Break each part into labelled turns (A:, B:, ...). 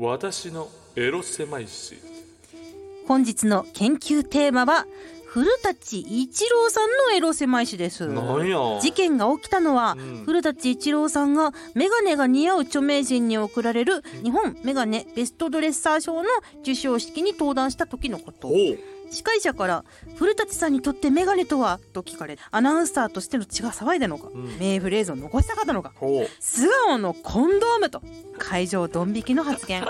A: 私のエロ狭いし
B: 本日の研究テーマは古舘一郎さんのエロ狭い史です
A: なんや
B: 事件が起きたのは、
A: うん
B: 古舘一郎さんがメガネが似合う著名人に贈られる日本メガネベストドレッサー賞の授賞式に登壇した時のこと
A: おう
B: 司会者から「古舘さんにとってメガネとは?」と聞かれアナウンサーとしての血が騒いだのか、
A: うん
B: 名フレーズを残したかったのか
A: おう
B: 素顔のコンドームと会場ドン引きの発 言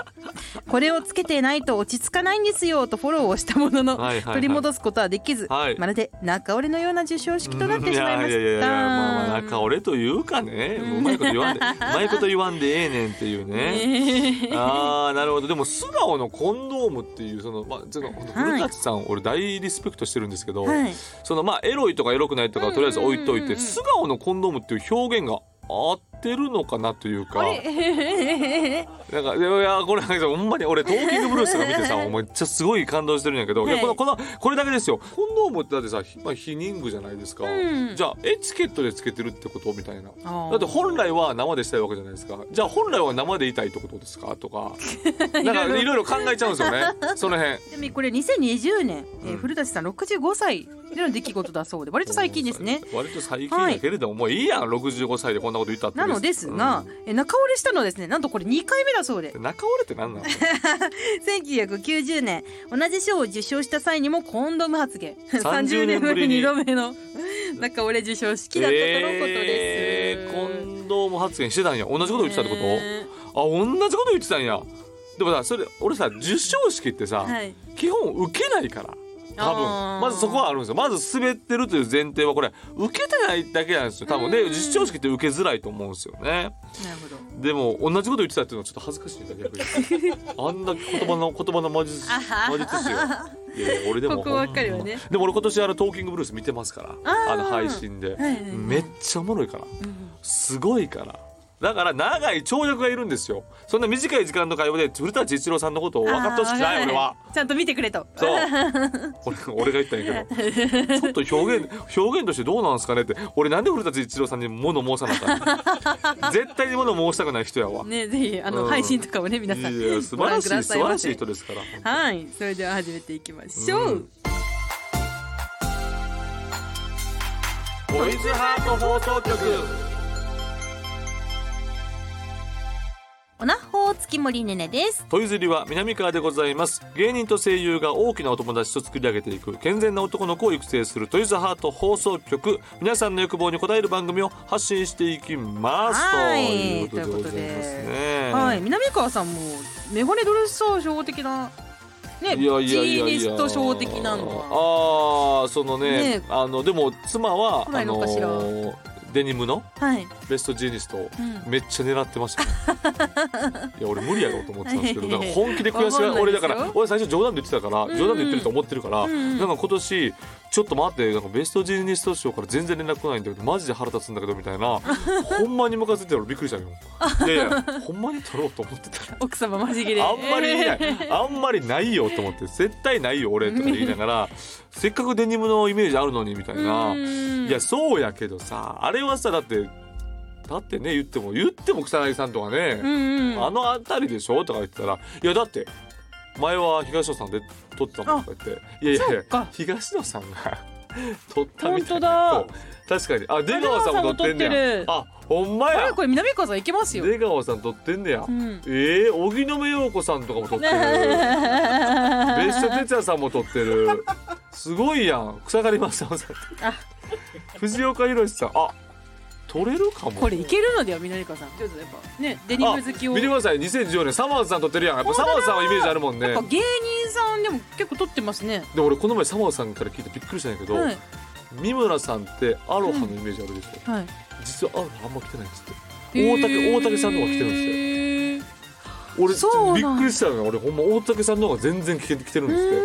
B: これをつけてないと落ち着かないんですよとフォローをしたものの、
A: はいはいはい
B: 取り戻すことはできず、
A: はい
B: まるで中折れのような授賞式となってしまいました
A: いやいやいやいやまあまあ中俺というかねうまいこと言わんでうまいこと言わんでええねんっていうね
B: ね
A: あーなるほどでも素顔のコンドームっていうその、まあ、その古舘さん、俺大リスペクトしてるんですけど、
B: はい
A: そのまあエロいとかエロくないとか
B: うん
A: とりあえず置いとい
B: うんうんう
A: て
B: ん
A: 素顔のコンドームっていう表現が合ってるのかなというか
B: あれ
A: なんかいやいやこれなんかほんまに俺「トーキングブルース」とか見てさもうめっちゃすごい感動してるんやけど、いや
B: はい
A: このこのこれだけですよコンドームってだってさ、ひまあ、非人具じゃないですか、
B: うん
A: じゃあエチケットでつけてるってことみたいな。
B: あー
A: だって本来は生でしたいわけじゃないですかじゃあ本来は生でいたいってことですかと かなんかいろいろ考えちゃうんですよねその辺
B: ちなみにこれ2020年、えー
A: うん
B: 古舘さん65歳での出来事だそうで割と最近ですね
A: 割と最近だけれども、もういいやん65歳でこんなこと言ったって
B: なのですが、えー中折れしたのはですねなんとこれ2回目だそうで
A: うん中折れって なんなの
B: 1990年同じ賞を受賞した際にもコンドーム発言
A: 30
B: 30
A: 年
B: 年
A: ぶ
B: ぶ
A: り
B: り
A: に
B: 2度目の中折れ受賞式だったとのことです、
A: えーコンドーム発言してたんや同じこと言ってたってこと、
B: ね
A: あ同じこと言ってたんやでもさそれ俺さ授賞式ってさ、
B: はい
A: 基本受けないから多
B: あ
A: 分
B: ー
A: まずそこはあるんですよまず滑ってるという前提はこれ受けてないだけなんですよ多分で
B: うん
A: 授賞式って受けづらいと思うんですよね
B: なるほど
A: でも同じこと言ってたっていうのはちょっと恥ずかしいんだ逆に あんな言葉の言葉の魔術師
B: あは
A: 魔術師よいやいや俺でも
B: ここばっかりはね
A: ほんまでも俺今年あの「トーキングブルース」見てますから
B: あー
A: あの配信で、
B: はいはいはい
A: めっちゃおもろいから
B: うん
A: すごいからだから長い長尺がいるんですよそんな短い時間の会話で古舘一郎さんのことを分かってほしくない
B: あー
A: 俺は
B: ちゃんと見てくれと
A: そう 俺俺が言ったんやけどちょっと表現表現としてどうなんですかねって俺なんで古舘一郎さんに物申さなか ったの絶対に物申したくない人やわ、
B: ねぜひあの、
A: うん
B: 配信とかもね皆
A: い
B: さ
A: や
B: ん
A: 素晴らしい
B: ご覧くだ
A: 素
B: さ
A: 晴
B: ま
A: ら
B: せ
A: しい人ですから
B: はいそれでは始めていきましょう、
A: うんボイズハート放送局
B: おなほ月森ねねです
A: トイズリは南川でございます芸人と声優が大きなお友達と作り上げていく健全な男の子を育成するトイズハート放送局皆さんの欲望に応える番組を発信していきます
B: はい
A: ということでございます
B: と
A: ね
B: はい、南川さんもメガネドレッサー賞的な、
A: い
B: ね、
A: やいやいやいや
B: ジーニスト賞的なのは
A: ああそのね
B: ね
A: あのでも妻は
B: 来な
A: あ
B: いのかしら
A: のデニムの
B: はい、
A: ベストジーニストを
B: うん
A: めっちゃ狙ってま したね、いや俺無理やろうと思ってたんですけど
B: いや
A: ないん
B: や
A: か
B: いや
A: 本気で悔しが
B: わかんないですよ
A: 俺だから俺最初冗談で言ってたから、
B: うんうん
A: 冗談で言ってると思ってるから、
B: うんうん
A: なんか今年ちょっと待ってなんかベストジーニスト賞から全然連絡来ないんだけどマジで腹立つんだけどみたい なほんまにムカついて俺びっくりしたよいやいやほんまに取ろうと思ってた
B: 奥様マジ切れ
A: あんまりいない、あんまりないよと思って、絶対ないよ俺とか言いながら、せっかくデニムのイメージあるのにみたいな。いや、そうやけどさ、あれはさ、だって、だってね、言っても、言っても草薙さんとか
B: うん
A: ね、
B: うん、
A: あのあたりでしょとか言ってたら、いや、だって、前は東野さんで撮ってたもんとか言って、いやいやい
B: そっか
A: や、東野さんが 撮ったみたい
B: 本
A: な
B: 当。
A: そう確かに。あ、出川さんも撮ってん
B: 出川さ
A: ね
B: んも撮ってる
A: や。あ、ほんま
B: これ
A: や
B: こ。れ南川さんいけますよ、
A: 出川さん撮ってんねや
B: う。ん、
A: ええ荻野目洋子さんとかも撮ってる別所哲也さんも撮ってるすごいやん草刈正雄さん
B: あ
A: 藤岡弘さんあ撮れるかも
B: これいけるのでは南川さんちょっとやっぱねデニ
A: あ
B: ム好きを
A: 見てください2014年サマーズさん撮ってるやんやっぱサマーズさんはイメージあるもんね
B: やっぱ芸人さんでも結構撮ってますね
A: で俺この前サマーズさんから聞いてびっくりしたんやけど、
B: はい
A: 三村さんってアロハのイメージあるでしょ、
B: はい
A: 実はアロハあんま来てないんですって大竹大竹さんの方が来てるんですよ
B: ですよ
A: 俺
B: そう
A: び
B: なん
A: っくりしたのよ俺ほんま大竹さんの方が全然来て来てるんですって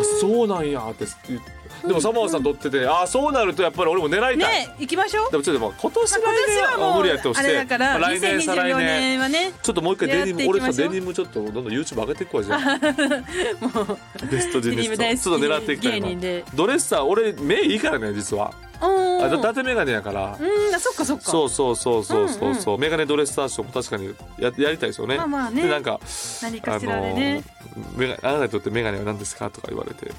A: あそうなんやって言ってでもサマーさん撮っててあそうなるとやっぱり俺も狙いたい、
B: ね行きましょう
A: でもちょっとまあ今年来
B: 今年
A: 年
B: は
A: はも
B: も
A: う無
B: う
A: 理やってほし
B: あれだ
A: て、
B: か
A: ま
B: ら
A: あ来年再来
B: 2024
A: 年
B: 年はね
A: ちょっともう一回デニム
B: 狙って
A: 俺
B: いき
A: さ
B: ましょ
A: デ
B: う
A: ニムちょっとどんどん YouTube 上げていくわじゃあベストデ
B: デ
A: ニ
B: ニ
A: ム
B: ム
A: ちょ
B: 大
A: っ
B: 好
A: と
B: き
A: 狙っていきたい
B: 芸人
A: 今
B: で
A: ドレッサー俺目いいからね実はあだ伊達メガネやから
C: うんあそっかそっか
A: そうそうそうそうそうそう、メガネドレスターショーも確かにややりたいですよね。
C: まあまあね
A: でなんか
C: 何
A: あ
C: か
A: の
C: しらでね、
A: メガあなたにとってメガネは何ですかとか言われて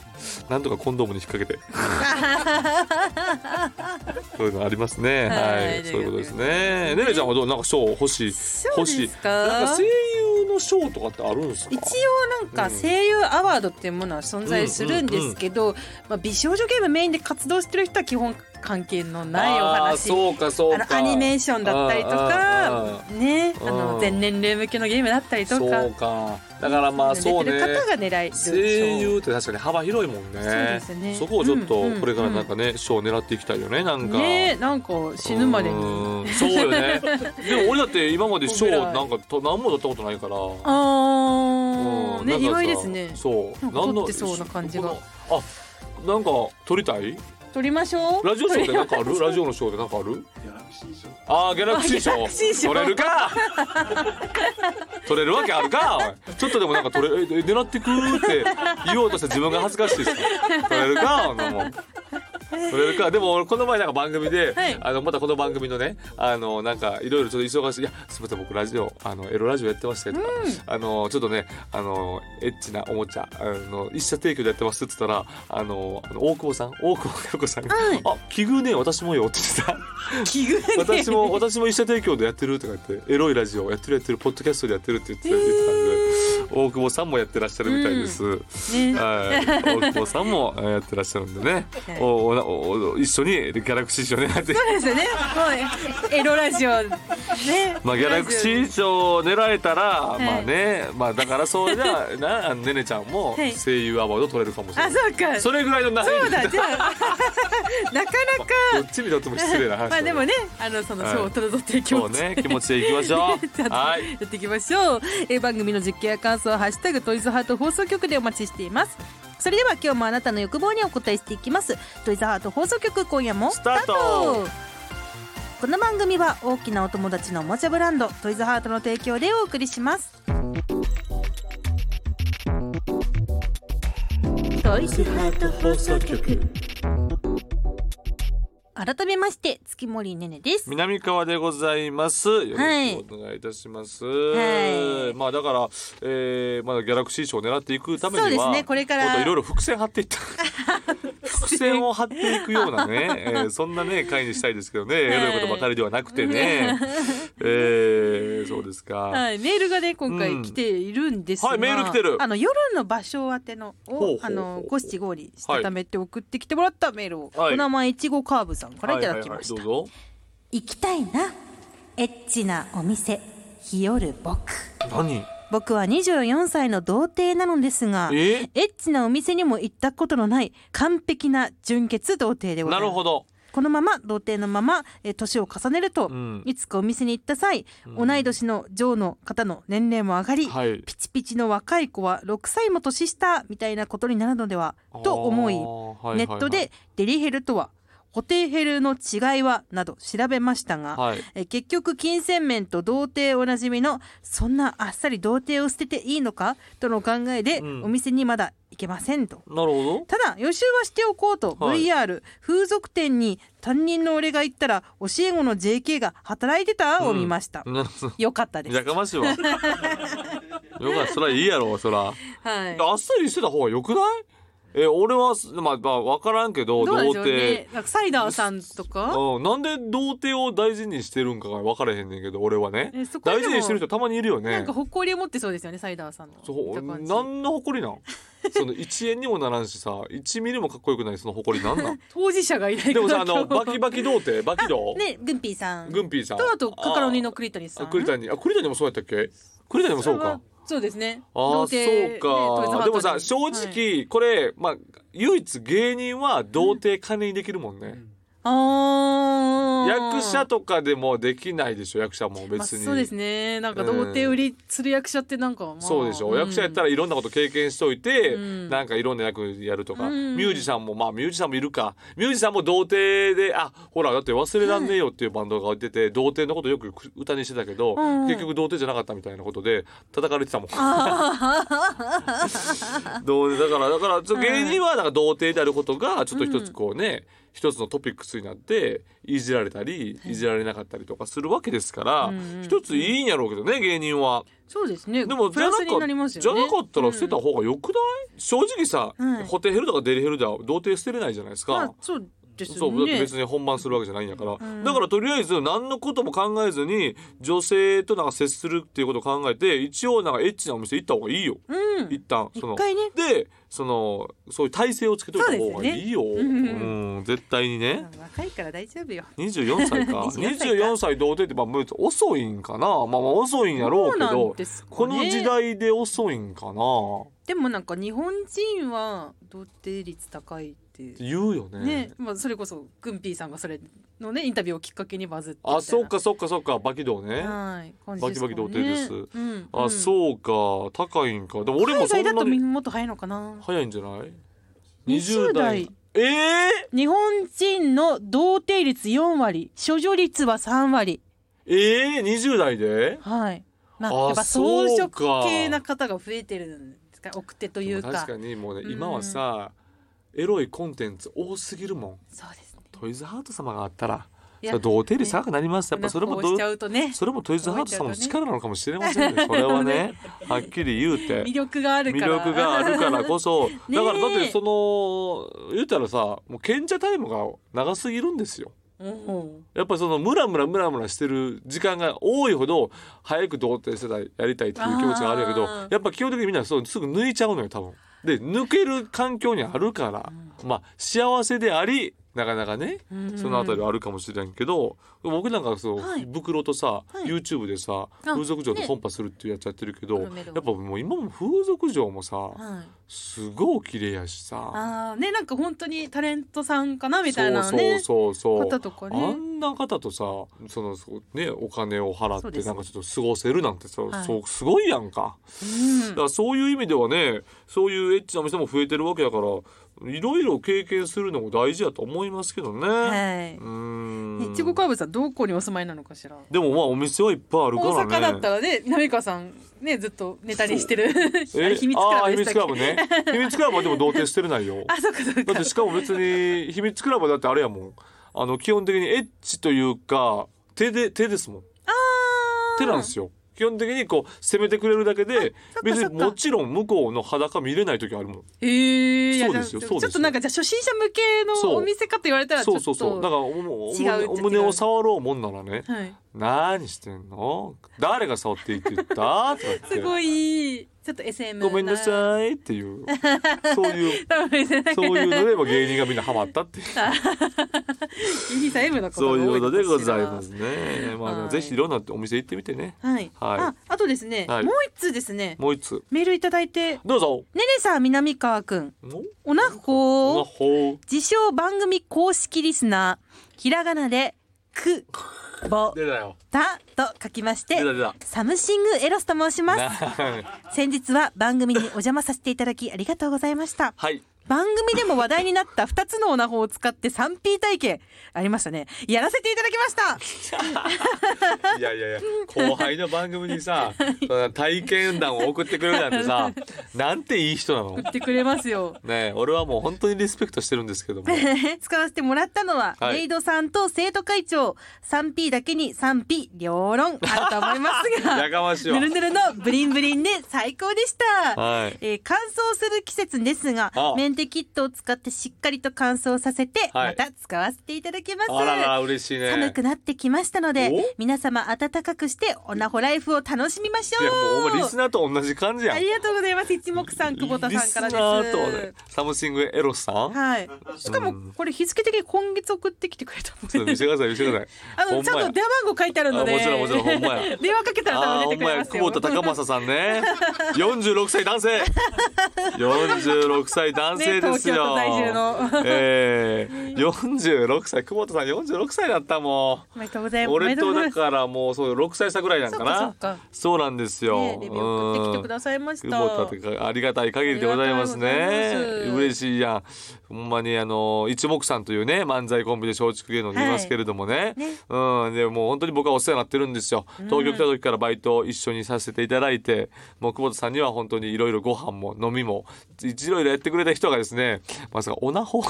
A: なんとかコンドームに引っ 掛けてそういうのありますね
C: は
A: はいい、そういうことですねねえちゃんはどうなんか賞欲しい
B: そう
A: 欲
B: で
A: しい
B: すか
A: なんか声優の賞とかってあるんですか
B: 一応なんか声優アワードっていうものは存在するんですけど、まあ、美少女ゲームメインで活動してる人は基本関係のないお
A: あー
B: 話
A: そうかそう
B: あ
A: か
B: のアニメーションだったりと
A: うんうん
B: かねあ
A: う
B: の
A: ん
B: 全年齢向けのゲームだったりとか
A: そうかだからまあそう
B: 出
A: ね
B: てる方が狙いでしょう
A: 声優って確かに幅広いもんね
B: そうですね
A: そこをちょっ
B: う
A: と
B: んうん
A: これからなんかね賞、を狙っていきたいよねなんか
B: ねなんか死ぬまでに
A: うんそうよ ねでも俺だって今まで賞なんかと何も取ったことないから
B: あ
A: う
B: あ
A: んな
B: ね
A: んか
B: 意
A: さ
B: 外ですね
A: そう
B: なんか
A: 何の
B: 取ってそうな感じが
A: このあなんか取りたい
B: 撮りましょう
A: ラジオショーで
B: 撮り
A: なんか あるラジオのショーでなんかあるギャラクシー賞あ
B: あギ
A: ー
B: ャ
A: ギャ
B: ラ
A: ラ
B: ク
A: ク
B: シ
A: シ
B: ー
A: ー
B: 賞
A: 賞取れる か取れるわけあるかおいちょっとでもなんか取れえ狙ってくって言おうとした自分が恥ずかしいです取れるかあんなもん取れるかでも俺この前なんか番組で、
B: はい
A: あのまたこの番組のねあのなんかいろいろちょっと忙しいいやすみません僕ラジオあのエロラジオやってましてとか、あのちょっとねあのエッチなおもちゃあの一社提供でやってますって言ったらあのあの大久保さん大久保佳代子さんが「あ奇遇ねえ私もよ」って言 ってた。
B: 奇遇ね
A: 私も私も一社提供でやってるとか言ってエロいラジオやってるやってるポッドキャストでやってるって言って言ってたんで大久保さんもやってらっしゃるみたいです、
B: ね
A: はい大久保さんもえーやってらっしゃるんでね、
B: はい
A: おおなおお一緒にギ ャラクシー賞狙って
B: そうですよねもうエロラジオね
A: まあギャラクシー賞を狙えたら、まあねまあだからそうじゃあなあのねねちゃんも
B: はい
A: 声優アワード取れるかもしれ
B: あ
A: ない、
B: そうか
A: それぐらいの難易
B: そ
A: 度
B: うだ じゃあなかなか
A: どっちにとっても失礼な話だね
B: まあでもねあのその
A: はい
B: 賞を取るぞっていう気
A: そう
B: 持ち
A: ね気持ちでいきまし ょ
B: ちゃん
A: う
B: と
A: は
B: や
A: い
B: っていきましょう、えー番組の実況や感想はハッシュタグトイズハート放送局でお待ちしていますそれでは今日もあなたの欲望にお答えしていきますトイズハート放送局今夜も
A: スタート
C: この番組は大きなお友達のおもちゃブランドトイズハートの提供でお送りしますトイズハート放送局改めまして月森ねねです
A: 南川でございます。よろ
C: はい
A: しくお願いいたします。
C: はい
A: まあだから、えー、まだギャラクシー賞を狙っていくためには、
C: そうですねこれから
A: ちょっといろいろ伏線張っ ていった。伏線を張っていくようなね、えーそんなね会にしたいですけどね、エロいことばかりではなく てね。えー、そうですか。
B: はい、メールがね今
A: う
B: 回
A: ん
B: 来ているんですが、
A: はいメール来てる
B: あの夜の場所宛ての
A: ほうほうほ
B: を
A: う
B: あの五七五にしたためて送ってきてもらったメールを、
A: はい
B: お名前いちごカーブさんからいただきました、
A: はいはいはいどうぞ。
C: 行きたいなエッチなお店日和僕
A: 何？
C: 僕は24歳の童貞なのですがエ
A: え
C: ッチなお店にも行ったことのない完璧な純潔童貞でござ
A: ない
C: ま
A: る
C: す
A: ほど。
C: このまま童貞のままえー年を重ねると、
A: ん
C: いつかお店に行った際、同い年の上の方の年齢も上がり、
A: はい
C: ピチピチの若い子は6歳も年下みたいなことになるのではと思い
A: あーはい
C: ネ
A: はいはい
C: ットでデリヘルとは固定ヘルの違いはなど調べましたが、
A: はい
C: え結局金銭面と童貞おなじみのそんなあっさり童貞を捨てていいのかとの考えで、
A: うん
C: お店にまだ行けませんと。
A: なるほ
C: ただ予習はしておこうと、
A: はい
C: VR 風俗店に担任の俺が行ったら教え子の JK が働いてたを見ました、
A: ど。なるほど
C: よかったです
A: やかま しいわ。よかった、そらいいやろ、そら。
B: はい
A: あっさりしてた方が良くないえ俺はすまあまあ分からんけど
B: どうなん
A: 童貞
B: でしょうねなんかサイダーさんとか
A: うん、なんで童貞を大事にしてるんかが分からへんねんけど俺はね
B: えそこでも
A: 大事にしてる人たまにいるよ
B: な
A: ね
B: んか誇りを持ってそうですよねサイダーさんの
A: そう
B: 見た感じ
A: 何の誇 りなんその1円にもならんしさ1ミリもかっこよくないその誇りなん なん
B: 当事者がいない
A: でもさあ
B: から
A: の バキバキ童貞バキ童、
C: ねグンピーさん
A: グンピーさん
B: とあとカカロニの
A: あ
B: 栗谷さ
A: あ
B: ん
A: 栗谷あ栗谷もそうやったっけ栗谷もそう
B: それは
A: か
B: そうですね
A: あ
B: 童
A: あ
B: 貞
A: そう
B: ねトイズ
A: か
B: ハート
A: でもさ
B: に
A: 正
B: はい
A: 直これ、まあ唯一芸人は童貞金にできるもんね、
B: あー
A: 役者とかでもできないでしょ役者も
B: まあ、
A: 別に、
B: そうですねなんか童貞売りする役者ってなんか、まあ、
A: そうでしょ、役者やった
B: ら
A: らいろんなこと経験しといて、
B: うん
A: なんかいろんな役やるとか、
B: うん
A: ミュージシャンもまあミュージシャンもいるかミュージシャンも童貞であほらだって「忘れらんねえよ」っていうバンドが出て、童貞のことよく歌にしてたけど、
C: ん
A: 結局童貞じゃなかったみたいなことで叩かれてたもん。 童貞だからだからちょ芸人はなんか童貞であることがちょっと一つこうね、一つのトピックスになっていじられたりいじられなかったりとかするわけですから
B: うんうん
A: 一ついいんやろうけどね芸人は。
B: そうです ね
A: でも
B: プラスになります
A: じゃ
B: よね
A: なかったら捨てた方がよくない、正直さ、
C: はい
A: ホテヘルとかデリヘルでは童貞捨てれないじゃないですか。
B: まあそうですね
A: そうだって別に本番するわけじゃないんやから、
B: うん
A: だからとりあえず何のことも考えずに女性となんか接するっていうことを考えて一応なんかエッチなお店行った方がいいよ、
B: うん
A: 一旦その
C: 一回ね
A: でそのそういう体勢をつけといた方がいいよう,、
B: すよね
A: ん絶対にね
B: まあ若いから大丈夫よ
A: 24歳 か
B: 24歳か
A: 24歳童貞ってまあ別に遅いんかなまあまあ遅いんやろうけ
B: そうなん
A: ど
B: ですかね
A: この時代で遅いんかな
B: でもなんか日本人は童貞率高いって
A: 言うよ
B: ね、まあ、それこそグンピーさんがそれのねインタビューをきっかけにバズってみたいな
A: あそうかそうかそうかバキドーね
B: はい感じ
A: バ
B: で
A: キ
B: す
A: バ
B: か
A: キ童
B: ね
A: 貞です
B: うん、
A: あ、そうか高いんかでも俺も
B: 海
A: そん
B: 外
A: な
B: だとみ
A: に
B: んなもっと早いのかな
A: 早いんじゃない
B: 20代
A: ええ
B: 日本人の童貞率4割処女率は3割
A: ええ20代で
B: はいま
A: あ
B: あやっぱ
A: そう
B: 装
A: か
B: 飾系な方が増えてるんですか奥手という
A: で
B: か
A: も確かにもうね
B: うん
A: 今はさエロいコンテンツ多すぎるもん
B: そうですね
A: トイズハート様があったら
B: いや
A: それ童貞率高くなりますやっぱそれも
B: こう
A: ど
B: し
A: う
B: ちゃうとね
A: それもトイズハート様の力なのかもしれませんねそれは ねはっきり言うて
B: 魅力がある
A: 魅
B: から
A: 力があるからこ そ
B: え
A: だからだってその言ったらさもう賢者タイムが長すぎるんですよ
B: うん
A: やっぱりそのムラムラムラムラしてる時間が多いほど早く童貞世代やりたいっていう気持ちがあるんやけど
B: あー
A: やっぱ基本的にみんなそうすぐ抜いちゃうのよ多分。で抜ける環境にあるから、まあ幸せでありなかなかね
B: うん
A: そのあたりはあるかもしれんけど、僕なんかそう、
C: はい
A: 袋とさ、
C: い
A: YouTube でさ風俗嬢とコンパするっていうやつやってるけど、
B: ねうん
A: やっぱもう今も風俗嬢もさ
C: はい
A: すごいお綺麗やしさ
B: あーねなんか本当にタレントさんかなみたいな
A: そう
B: ね
A: そうそうそう
B: 方とか
A: あ
B: ね
A: んな方とさそのそうねお金を払
B: そ
A: っ
B: う
A: て
B: です
A: なんかちょっと過ごせるなんてそう,、
B: はい
A: そうすごいやんか,、だからそういう意味ではねそういうエッチなお店も増えてるわけだからいろいろ経験するのも大事やと思いますけどね。
B: うん、
A: い、
B: はい。ね
A: ん
B: いちごカーブさんどこにお住まいなのかしら。
A: でもまあお店はいっぱいあるか
B: 大
A: らね。
B: 阪だったらね、浪川さんねずっとネタにしてるあ
A: え
B: れ秘密クラ
A: あー秘
B: ブでし
A: 密ク
B: た
A: ラ
B: っ
A: ブ
B: け。
A: ね。秘密クラブはでも童貞してれない よ。
B: あそっかそっ
A: だっ
B: か
A: て。しかも別に秘密クラブはだってあれやもん。あの基本的にエッチというか手で手ですもん。手なんですよ。基本的にこう攻めてくれるだけで別にもちろん向こうの裸見れない時あるもん。
B: えーいや
A: そうですよ
B: じゃあ
A: そうです
B: ちょ
A: よ
B: っとなんかじゃあ初心者向けのお店かと言われたらちょ
A: そ
B: っ
A: う
B: と。
A: そうそう。だからおもお
B: 違
A: 胸
B: う違う
A: お胸を触ろうもんならね。
B: はい。
A: 何してんの？誰が触っていいって言った？とか言って
B: すごいちょっと SM
A: ごめんなさいっていうそういう
B: い。多分ね
A: そういうのでも芸人がみんなハマったっていう。
B: いいさ M のことが
A: そ
B: 多
A: う
B: い
A: いう
B: の
A: こ
B: か
A: と
B: しら
A: でございます。ね。まあ、
B: はい
A: ぜひいろんなお店行ってみてね。
C: はい
A: はい。
B: あ、あとですね、
A: はい
B: もう一通ですね、
A: もう一つ。
C: メールいただいてね
A: どうぞ。
C: ねさん南川くん
A: の
C: おなほ
A: 魔
C: ー
A: 法。
C: 自称番組公式リスナーひらがなでくぼ
A: 出たよ。
C: たと書きまして
A: 出た出た。
C: サムシングエロスと申します
A: な
C: 先日は番組にお邪魔させていただきありがとうございました
A: はい。
C: 番組でも話題になった2つのオナホを使って 3P 体験ありましたねやらせていただきました
A: いやいやいや、後輩の番組にさ、そんな体験談を送ってくれるなんてさ、なんていい人なの。
B: 言ってくれますよ。
A: ねえ、俺はもう本当にリスペクトしてるんですけども。
C: 使わせてもらったのは、
A: はい
C: レイドさんと生徒会長 3P だけに 3P 両論あると思いますが
A: やかましいわ
C: ぬ。るぬるのブリンブリンで最高でした、
A: はい
C: えー乾燥する季節ですが
A: ああ
C: メンテキットを使ってしっかりと乾燥させて、
A: はい
C: また使わせていただきます
A: あらら、嬉しいね。
C: 寒くなってきましたので
A: お
C: 皆様暖かくしてオナホライフを楽しみましょ
A: いや、もう、
C: う
A: ほんまリスナーと同じ感じやん。
C: ありがとうございます一目散久保田さんから
A: リスナーとは
C: で
A: ね、サムシングエロスさん。
C: すはい
B: しかもこれ日付的に今月送ってきてくれたもん
A: ちょっと見せてください見せてくださ
B: あ
A: い。
B: のちゃんと電話番号書いてあるので。
A: あもちろんもちろんほんまや
B: 電話かけたら
A: ああ
B: 多
A: ー、ほ
B: 分出
A: ん
B: て
A: ま
B: くれ
A: や、
B: ます
A: 久
B: よ。
A: 保田高政さん ね。46歳男性。46歳男性です
B: ね東京
A: よ。
B: 都在住の
A: ええ46歳、久保田さん46歳だったも
B: おめでとうござい
A: ん。
B: ます。
A: 俺と
B: おめ
A: だ
B: でう
A: からもうそう六歳差ぐらいなんかな。
B: そっかそっか
A: そうなんです
B: ご
A: よ。
B: ざいますねレビュー送ってきてくださいました。
A: 久保田ってかありがたい限りでございますね
B: ありがとうございます
A: 嬉しいやんほんまにあの一目散というね漫才コンビで松竹芸能にいますけれどもね,、うんでもう本当に僕はお世話になってるんですよ東京来た時からバイトを一緒にさせていただいてもう久保田さんには本当にいろいろご飯も飲 みもいろいろやってくれた人がですねまさかオナホ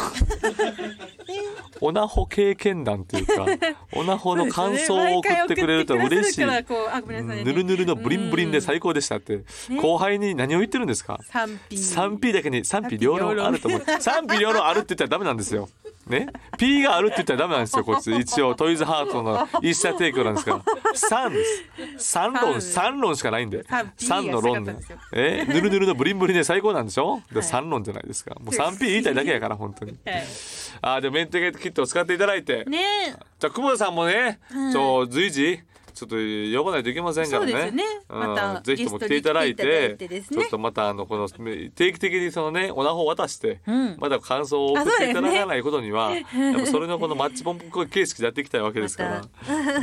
A: オナホ経験談っていうかオナホの感想を送ってくれると嬉しい。
B: 毎回送ってくださるからこうあごめんなさいね
A: ぬるぬるのブリンブリンで最高でしたって、後輩に何を言ってるんですか
B: 賛否
A: 賛否だけに賛否両論あると思う賛否両論あるって言ったらダメなんですよね P があるって言ったらダメなんですよこい つ一応トイズハートの一社提供なんですから三です三論三論しかないんで
B: 賛否
A: 三の論で
B: が下がったんですよ
A: えぬるぬるのブリンブリンで最高なんでしょ、だから三論じゃないですかもう賛否言いたいだけやから本当に
B: はい
A: あーでもメンテゲートキットを使っていただいて、
C: ねえ
A: じゃあ久保田さんもね、ちょ随時ちょっと呼ばないといけませんからね。
B: そうですね
A: うん
B: また
A: ぜひとも来ていただいて
B: ゲストに来ていただいてです
A: ち
B: ね
A: ょっとまたあのこの定期的にそのねオナホを渡して、
C: ん
A: まだ感想を送っていただ
B: あそうだ
A: か
B: よ
A: ないことには、 やっぱそれのこのマッチポンプ形式でやっていきたいわけです から、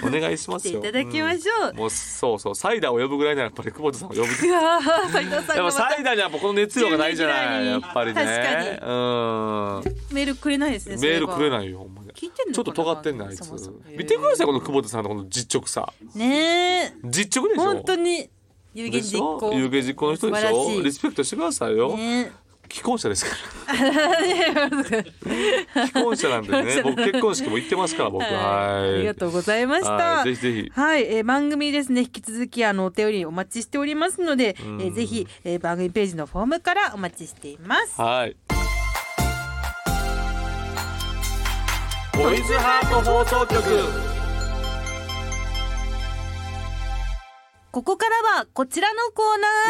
A: お願いしま
B: して
A: す
B: い
A: よ。
B: ただきましょう
A: うんもうそうそうサイダーを呼ぶぐらいならやっぱり久保田さんを 呼ぶ。
B: うわー斉藤さん
A: や
B: が
A: っ
B: ま
A: ぱサ
B: た
A: イダーにはやっぱこの熱量がないじゃないやっぱりね。
B: 確
A: うん。
B: メールくれないですね
A: メールくれ
B: い
A: ないよほんまに。
B: 聞いてんの
A: ちょっと尖ってんねあいつ
B: そもそも
A: 見てくださいこの久保田さんのこの実直さ
C: ねえ
A: 実直でしょ
B: 本当に有
A: で
B: 言
A: し
B: 実
A: ょ
B: 行
A: 有言実行の人でし
B: 素晴
A: ょ
B: ら
A: リ
B: し
A: スペクトしてくださいよ、
C: ね
A: 既婚者ですから既婚者なんで ね僕結婚式も行ってますから僕
B: い
A: はい
B: ありがとうございました、
A: はいぜひぜひ
B: はい、えー番組ですね引き続きあのお便りお待ちしておりますので、えーぜひ、えー番組ページのフォームからお待ちしています。
A: はいボイズハート放送局
B: ここからはこちらのコ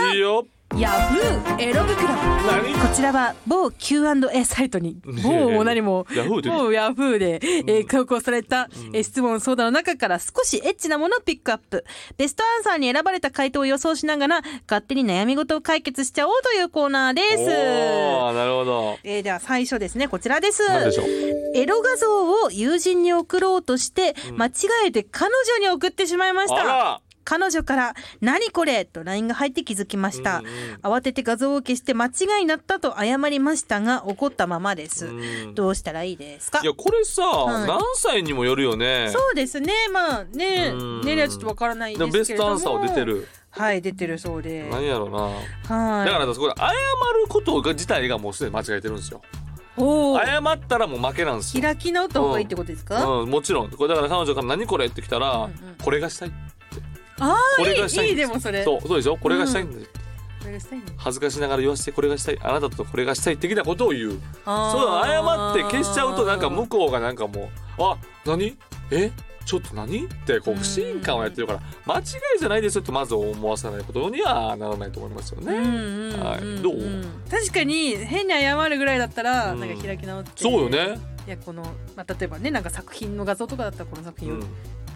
B: ーナー
A: いいよ
B: ヤフーエロ袋
A: 何
B: こちらは某 Q&A サイトに
A: ねえ
B: 某も何も
A: ヤフーで
B: 某ヤフーで、えー投稿された、えー質問相談の中から少しエッチなものをピックアップベストアンサーに選ばれた回答を予想しながら勝手に悩み事を解決しちゃおうというコーナーで
A: お
B: す。
A: ーなるほど
B: えーでは最初ですねこちらです
A: なんでしょう
B: エロ画像を友人に送ろうとして、間違えて彼女に送ってしまいまし
A: あ
B: た
A: ら
B: 彼女から「何これ!」と LINE が入って気づきました、
A: うんうん
B: 慌てて画像を消して間違いなったと謝りましたが怒ったままです、
A: うん
B: どうしたらいいですか
A: いやこれさ、
B: い
A: 何歳にもよるよね
B: そうですねまあね
A: うん
B: 年齢はちょっとわからないです
A: で
B: け
A: も
B: れども
A: ベストアンサーは出てる
B: はい出てるそうで
A: 何やろうな
B: はい
A: だからそこで謝ることが自体がもうすでに間違えてるんですよ。
B: おー
A: 謝ったらもう負けなんですよ。
B: 開き直った方がいいってことですか、
A: うん、もちろんこれだから彼女から「何これ?」って来たら、
B: んうん
A: これがしたい
B: あ
A: これがし
B: あ
A: た
B: いいい
A: い
B: い
A: んで
B: ですもそれ
A: そうそうでしょこれがしたいんだ、
B: それがしたいね
A: 恥ずかしながら言わせてこれがしたいあなたとこれがしたい的なことを言う
B: あー
A: そうだ謝って消しちゃうとなんか向こうがなんかもう「あ何えちょっと何?」ってこう不信感をやってるから間違いじゃないですよってまず思わさないことにはならないと思いますよね。
B: うんうんうんうん
A: はいどう
B: 確かに変に謝るぐらいだったら、
A: うん
B: なんか開き直って
A: そうよね、
B: いやこの、まあ、例えばねなんか作品の画像とかだったらこの作
A: う
B: 品を
A: ん、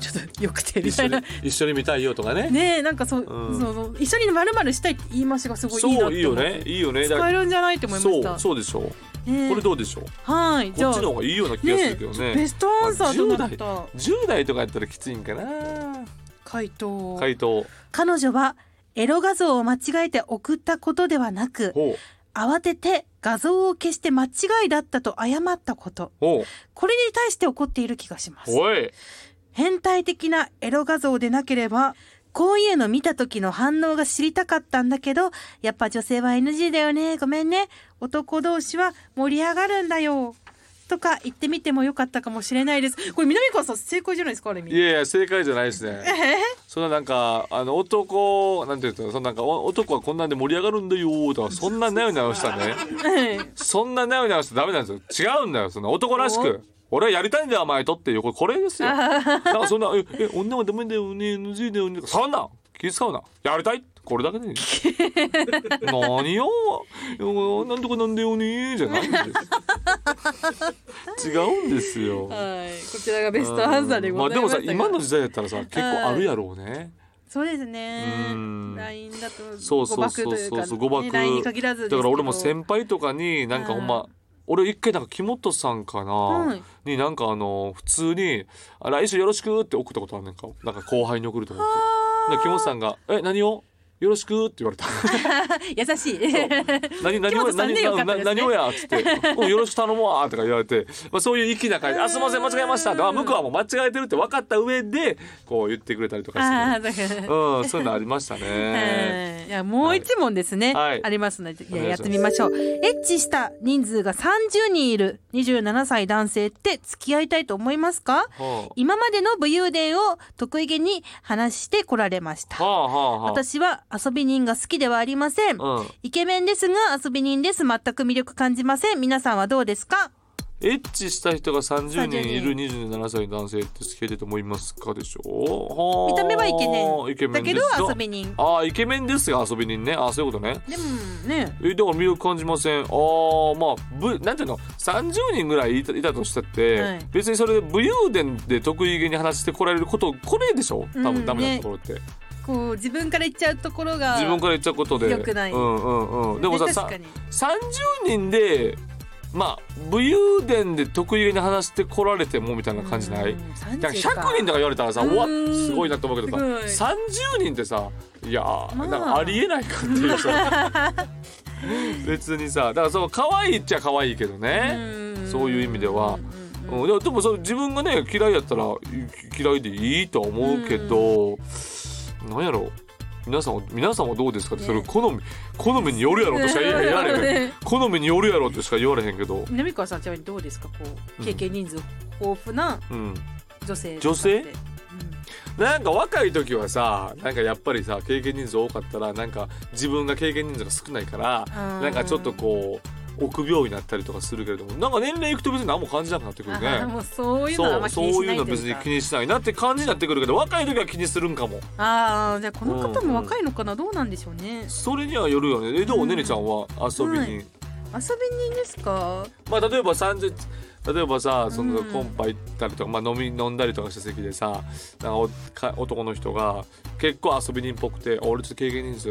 B: ちょっとよくてみ
A: 一
B: た
A: 緒
B: いな、
A: に一緒に見たいよとかね
B: ねえなんかそう、
A: うん
B: そうそう一緒にまるまるしたいって言い回しがすごいいいなと
A: そ
B: 思っ
A: う
B: て
A: いいよねいいよねだ
B: 使えるんじゃないと思いまし
A: そう
B: た
A: そうでしょう、
B: ねえ
A: これどうでしょう
B: はいじゃ
A: こ
B: あ
A: っちの方がいいような気がするけど
B: ねえ
A: ね
B: ベストアンサーとなっ
A: ま
B: た
A: 10代とかやったらきついんかな
B: 回答
A: 回答
B: 彼女はエロ画像を間違えて送ったことではなく
A: ほう
B: 慌てて画像を消して間違いだったと謝ったこと
A: ほう
B: これに対して怒っている気がします
A: おい
B: 変態的なエロ画像でなければこういうの見た時の反応が知りたかったんだけどやっぱ女性は NG だよねごめんね男同士は盛り上がるんだよとか言ってみてもよかったかもしれないですこれ南川さん正解じゃないですかあれ
A: いやいや正解じゃないですねそんななんかあの男なんていうのそのなんかお男はこんなんで盛り上がるんだよとかそんななよなよしたねそんななよなよしたらダメなんですよ違うんだよその男らしく俺はやりたいんだよお前とっていうこれこれ ですよなんかそんな「ええ女はダメだよね NG だよね」そんなん気使うなやりたいこれだけ でいい何ようんなんとかなんだよねじゃないんです違うんです よ
B: はいこちらがベストアンサーでござ
A: あ、で
B: いま
A: もさ今の
B: す
A: 時代だったらさ結構あるやろうね
B: そうです
A: う
B: ね
A: ん
B: LINE だと
A: そうそうそうそ
B: 誤
A: う
B: 爆
A: そう
B: と
A: 誤
B: い
A: 爆
B: うかね LINE に限らずです
A: だ
B: けど
A: から俺も先輩とかになんかほんま、
B: う
A: 俺一回なんか木本さんかな、
B: はい
A: になんかあの普通に「あ来週よろしく」って送ったことあんねんかなんか後輩に送ると思って。
B: あ
A: なんか木本さんが「え何をよろしくって言われた
C: 優しい。
A: 何何
C: 木
A: を
C: 本さん
A: 何
C: ねよか
A: 何
C: ったですね
A: 何をやっつって「うんよろしく頼むわ」とか言われて、まあ、そういう粋な感じ「あすいません間違えました」あ向こうはもう間違えてるって分かった上でこう言ってくれたりとか
B: あ
A: し
B: あだから
A: て、うん、そういうのありました ね。
B: はいいやもう一問ですね、
A: はい
B: ありますのでいや
A: お願い
B: やっ
A: します
B: てみましょうエッチした人数が30人いる27歳男性って付き合いたいと思いますか
A: は
B: 今までの武勇伝を得意げに話してこられまし
A: あ、は
B: た
A: あはあはあ、
B: 私は遊び人が好きではありません
A: うん、
B: イケメンですが遊び人です全く魅力感じません皆さんはどうですか
A: エッチした人が30
B: 30人
A: 人いる27歳の男性って付き合いたいと思いますかでしょはあ
B: 見た目はイケメン
A: イケメ
B: だ
A: ン
B: け
A: です
B: ど
A: が
B: 遊び人
A: ああイケメンですが遊び人ねああそういうことね
B: でもね
A: えだから魅力感じませんああまあぶなんていうの30人ぐらいいたいたとしたって、
B: はい
A: 別にそれで武勇伝で得意げに話してこられることこれでしょ多
B: う
A: 分
B: ん
A: ダメなところって、
B: こう自分から言っちゃうところが
A: 自分から言っちゃうことで
B: 良くない
A: うんうんうん、でもささ
B: 確かに
A: 30人でまあ武勇伝で得意げに話してこられてもみたいな感じない、
B: うん30
A: だから100人とか言われたらさ
B: う
A: うわ
B: ん
A: すごいなと思うけどさ
B: す
A: 30人ってさいやー、
B: まあ
A: なんかありえないかっていうさ 別にさだからその可愛いっちゃ可愛いけどね、
B: うん
A: そういう意味では
B: うん
A: うんでもでもそう自分がね嫌いやったらい嫌いでいいとは思うけど、なんやろ皆さんは皆さんはどうですかってそれ
B: ね
A: 好み好みによるやろとしか言え られへん好みによるやろとしか言われへんけど、
B: 南川さんちなみにどうですかこ
A: う
B: うん経験人数豊富な
A: うん、
B: 女性
A: 女性
B: とかって
A: なんか若い時はさなんかやっぱりさ経験人数多かったらなんか自分が経験人数が少ないから
B: うん
A: なんかちょっとこう臆病になったりとかするけれどもなんか年齢いくと別に何も感じなくなってくる
B: あー
A: ね。
B: もうそういうのはあん
A: そ
B: ま
A: う
B: 気
A: そう
B: にし
A: い
B: な
A: う
B: い
A: の
B: とい
A: 別に
B: うか
A: 気にしないなって感じになってくるけど若い時は気にするんかも
B: ああじゃあこの方
A: うん
B: も若いのかなどうなんでしょうね
A: それにはよるよねえどう、
B: うん
A: ねねちゃんは遊びに、
B: は遊び人ですか
A: まあ例えば30例えばさその
B: うん
A: コンパ行ったりとか、まあ、飲み飲んだりとかした席でさなんかおか男の人が結構遊び人っぽくて「俺ちょっと経験人数、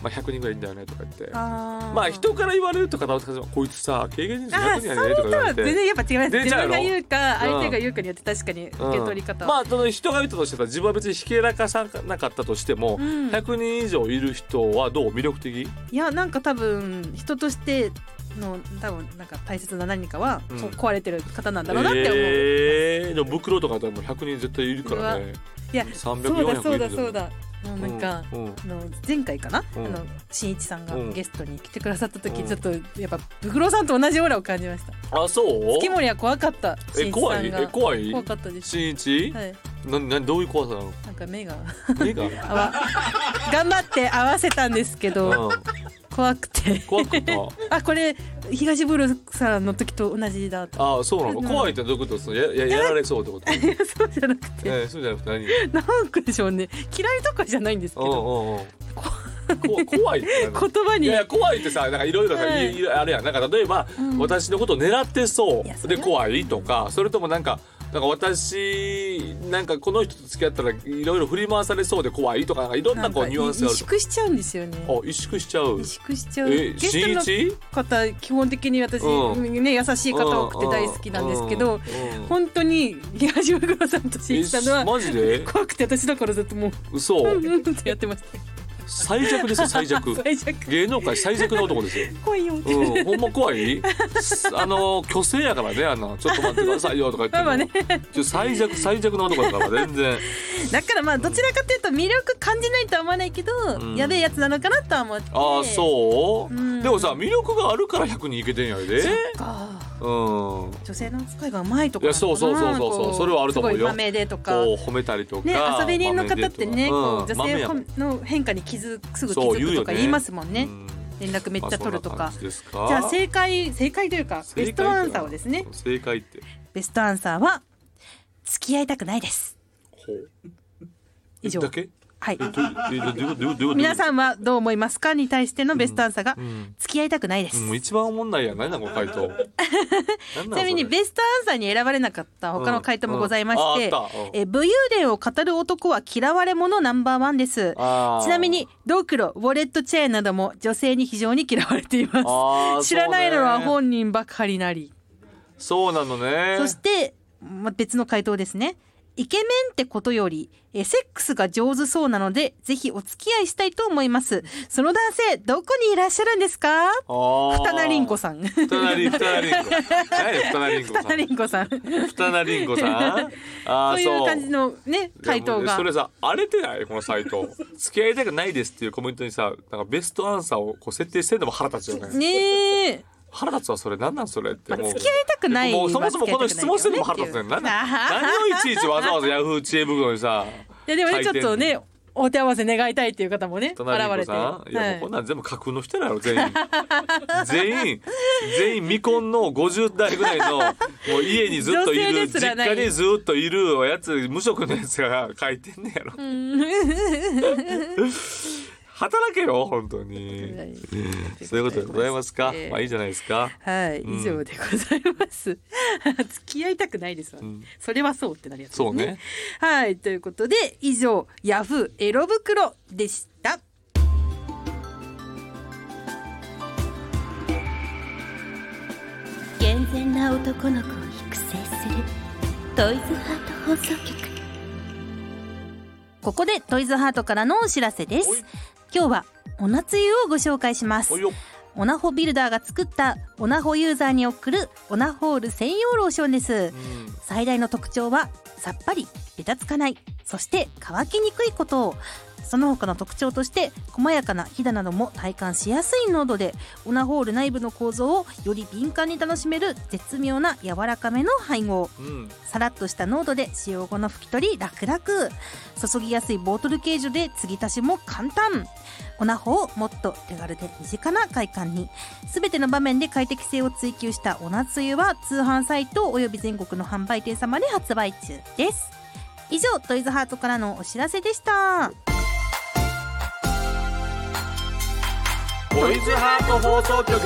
A: まあ、100人ぐらいいんだよね」とか言って
B: あー
A: まあ人から言われるとかだとこいつさ経験人数100
B: あー
A: 人
B: それ
A: や
B: と
A: ねとか言わ
B: は
A: れて
B: 全。然やっぱ違います
A: 出ち
B: 自
A: ゃう
B: 分
A: の
B: が言うか
A: うん
B: 相手が言うかによって確かに受け取り方
A: うんまあその人が言ったとしてたら自分は別にひけらかさなかったとしても、
B: うん
A: 100人以上いる人はどう魅力的
B: いやなんか多分人としての多分なんか大切な何かは、
A: うん
B: そう壊れてる方なんだろうなって思う、
A: えーでも袋とかだったらもう100人絶対いるからね
B: いや
A: 300400
B: そうだそうだ
A: いるん
B: そう
A: だ
B: だもう
A: もん
B: なんか、
A: うんうん
B: あの前回かな、
A: うん
B: あのしんいちさんが
A: うん
B: ゲストに来てくださった時、
A: うん
B: ちょっとやっぱブクロさんと同じオーラを感じました
A: あそう
B: 月森は怖かったしん
A: え
B: いちさ
A: 怖
B: ん
A: い
B: が
A: え怖い
B: 怖かったです
A: しんいち
B: はい
A: ななどういう怖さなの
B: なんか目が
A: 目が
B: あわ頑張って合わせたんですけど
A: うん
B: 怖くて
A: 怖かった
B: あこれ東ブルーさんの時と同じだと
A: あそうなの怖いってどういうことそのやややられ そうってこと
B: いやそうじゃなくて
A: えーそうじゃなくて何
B: なんかでしょうね嫌いとかじゃないんですけ
A: うん
B: ど
A: うんうんこ怖いって何なの
B: 言葉
A: い
B: に
A: やいや怖いってさなんかいろいろさ
B: はい
A: いいろいろあるやんなんか例えば、
B: ん
A: 私のことを狙ってそ
B: いやそうれ
A: で
B: は
A: 怖いとかそれともなんかなんか私なんかこの人と付き合ったらいろいろ振り回されそうで怖いとかなんかいろんなこうニュアンスが
B: 萎
A: ある
B: 縮しちゃうんですよね
A: あ萎縮しちゃう
B: 萎縮しちゃう
A: え
B: ゲ
A: し
B: スト
A: んい
B: の
A: ち
B: 方基本的に私、
A: う
B: ね優しい方多くて大好きなんですけど、
A: うんうん
B: 本当に東ブクロさんとしんいちさんの
A: え
B: は
A: マジで
B: 怖くて私だからずっともう
A: 嘘
B: うんうんってやってました
A: 最弱ですよ最 弱
B: 最弱
A: 芸能界最弱の男ですよ
B: 怖いよ って、
A: うん、ほんま怖いあの虚勢やからねあんなちょっと待ってくださいよとか言って
B: ま
A: も
B: あね
A: ちょ最弱最弱な男だから全 然
B: だからまあどちらかというと魅力感じないとは思わないけど、
A: うん
B: やべえやつなのかなとは思って
A: ああそう、
B: うん
A: でもさ魅力があるから100人いけてんやで
B: そっか
A: うん
B: 女性の扱いがうまいと
A: い
B: か
A: やそうそうそうそうそうそれはあると思うよ
B: すごい豆でとか
A: こう褒めたりとか、
B: ね遊び人の方ってね、こう
A: まめ
B: 女
A: で
B: 性
A: とかうん
B: の変化に気づくすぐ気
A: そう
B: づ
A: 言う
B: く
A: よ
B: と
A: ね
B: か言いますもん
A: 豆や
B: ね
A: もん
B: 連絡めっちゃ取ると
A: まあ
B: か
A: そんな感じですか
B: じゃあ正解正解というかベストアンサーをですね
A: 正解って
B: ベストアンサーは付き合いたくないです
A: ほう
B: 以上
A: だけ
B: はい
A: えどうえどういうことどういうことどういうこと
B: 皆さんはどう思いますかに対してのベストアンサーが
A: うん
B: 付き合いたくないです
A: もう一番おもんないやん何なんこの回答ち
B: ちなみにベストアンサーに選ばれなかった他の回答もございまして、
A: うんうんああったうん
B: え武勇伝を語る男は嫌われ者ナンバーワンです
A: あー
B: ちなみにドクロウォレットチェーンなども女性に非常に嫌われていま
A: あー
B: す知らないのは
A: そうね
B: 本人ばかりなり
A: そうなのね
B: そして、まあ、別の回答ですねイケメンってことより、えーセックスが上手そうなので、ぜひお付き合いしたいと思います。その男性、どこにいらっしゃるんですかふたなりんこ
A: さ
B: さん。
A: ん。ふたなりん、ふたなりんこ。何やふたなりんこさ
B: ふたなり
A: ん。
B: んこさん。
A: ふたなりんこさん。 ああ、
B: そういう感じのね、回答
A: いやもう
B: が
A: そ。れさ荒れてないこのサイト付き合いたくないですっていうコメントにさなんかベストアンサーをこう設定してんのも腹立つよ ね
B: ねえ。
A: 腹立つわそれ何なんそれって
B: まあ
A: もう
B: 付き合いたくない
A: もうそもそもこの質問してるのも腹立つねん
B: まあ
A: 何
B: 付き合いたくな
A: な
B: い
A: 何をいちいちわざわざヤフー知恵袋にさ
B: いやでもね、ち
A: 書い
B: ょって
A: んの
B: とね、お手合わせ願いたいっていう方もね、現
A: 隣
B: れ
A: の
B: て。
A: 子さんいやもうこん
B: は
A: なん全部架空の人やろ全員 全員全員未婚の50代ぐらい のもう家にずっとい
B: 女性
A: る
B: です
A: 実
B: らない
A: 家にずっといるおやつ無職のやつが書いてんねやろ
B: いうん
A: 働けよ本当に。そういうことでございますか。まあいいじゃないですか。
B: はい、以上でございます。 付き合いたくないですわ、ね
A: ん
B: それはそうってなるやつです
A: そうね。
B: はい、ということで以上ヤフーエロ袋でした。
D: 健全な男の子を育成するトイズハート放送局
C: ここでトイズハートからのお知らせです
A: おい
C: 今日はおなつゆをご紹介します
A: おいよ。
C: オナホビルダーが作ったオナホユーザーに送るオナホール専用ローションです
A: うん
C: 最大の特徴はさっぱりべたつかないそして乾きにくいことその他の特徴として細やかなひだなども体感しやすい濃度でオナホール内部の構造をより敏感に楽しめる絶妙な柔らかめの配合
A: うん。
C: さらっとした濃度で使用後の拭き取り楽々注ぎやすいボートル形状で継ぎ足しも簡単オナホをもっと手軽で身近な快感に全ての場面で快適性を追求したオナつゆは通販サイトおよび全国の販売店様で発売中です以上トイズハートからのお知らせでした
A: ボイズハート放送局。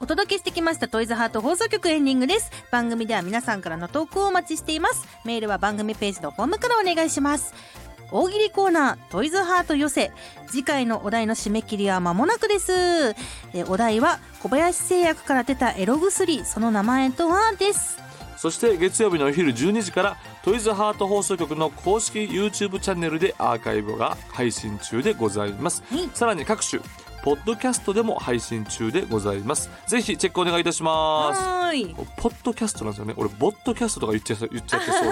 C: お届けしてきましたトイズハート放送局エンディングです番組では皆さんからの投稿をお待ちしていますメールは番組ページのフォームからお願いします大喜利コーナートイズハート寄せ次回のお題の締め切りは間もなくですえお題は小林製薬から出たエロ薬その名前とはです
A: そして月曜日のお昼12時からトイズハート放送局の公式 YouTube チャンネルでアーカイブが配信中でございます。
C: はい
A: さらに各種ポッドキャストでも配信中でございます。ぜひチェックお願いいたします。
B: はーい。
A: ポッドキャストなんですよね。俺ボッドキャストとか言っちゃ いそう言っちゃってそうで。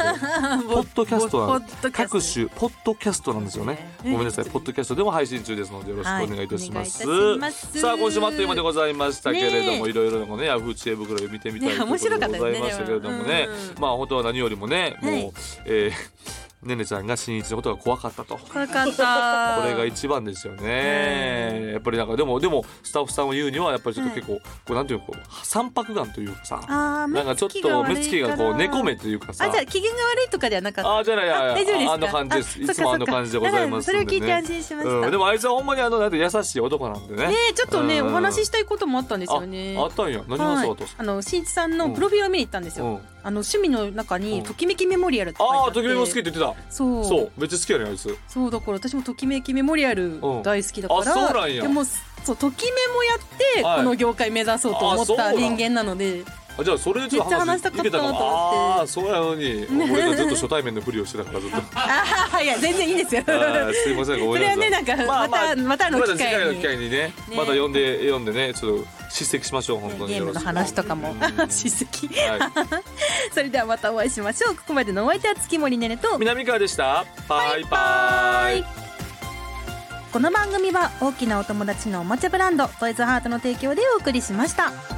A: ポッドキャスト
B: ポ
A: は
B: ッドキャ
A: 各
B: スト
A: 種ポッドキャストなんですよね。
B: うん
A: ごめんなさい、ポッドキャストでも配信中ですのでよろしくお願いいたします。
B: はいお願いいたします
A: さあ今週もあっという間でございましたけれども、
B: ね
A: いろいろのねヤフー知恵袋を見てみたい
B: ね
A: ところ
B: 面白かった
A: で
B: で
A: ご
B: す
A: ざ
B: ね
A: いましたけれどもね
B: でもう、ん
A: まあ本当は何よりもね、もう、
B: はい
A: えーねねちゃんが新一のことが怖かったと。
B: 怖かった。
A: これが一番ですよね。やっぱりなんかでもでもスタッフさんを言うにはやっぱりちょっと結構、こうなんていうのこう三白眼というかさ、
B: あー
A: なんかちょっと目つきがこう猫目というかさ。
B: あじゃあ機嫌が悪いとかではなかった。
A: あじゃあいや
B: 大
A: い
B: 丈夫です
A: やあ
B: か
A: んな感じです。いつもあんな感じでございますん
B: あ
A: でね。
B: そっかそっかなるほどそれを聞いて安心しました
A: うんでもあいつはほんまにあのなんて優しい男なんでね。
B: ねえちょっとね
A: うん
B: お話ししたいこともあったんですよね
A: ああ。ったんや。何がそうだったんですか。
B: あの新一さんのプロフィールを見に行ったんですよ。
A: うん
B: あの趣味の中
A: うん
B: にときめきメモリアルって書いて
A: あ
B: あ
A: あ
B: って。
A: ときめきも好きって言ってた。
B: そう。
A: そうめっちゃ好きやねあいつ。
B: そうだから私もときめきメモリアル大好きだから、
A: うんあそうなんや
B: でもそうときめもやって
A: はい
B: この業界目指そうと思っ
A: あそうな
B: た
A: ん
B: 人間なので、
A: あじゃあそれでちょっと
B: め
A: 話
B: っちゃ話したか
A: い
B: っ
A: け
B: た
A: た
B: な
A: か
B: と思って
A: も。ああーそうやの に俺がずっと初対面のふりをしてたからずっと。
B: あははいや全然いいん ですよ。
A: あーすいませんごめんなさい。
B: それはねなんかまたまたの
A: また
B: 機会に
A: 次回の機会にね
B: ね
A: また呼んで読んでねちょっと叱責しましょう本当に
B: ゲームの話とかも
A: よ ろしく
B: 叱責
A: はい
B: それではまたお会いしましょうここまでのお相手は月森ねねと
A: 南川でした。バイバイ。
C: この番組は大きなお友達のおもちゃブランドトイズハートの提供でお送りしました。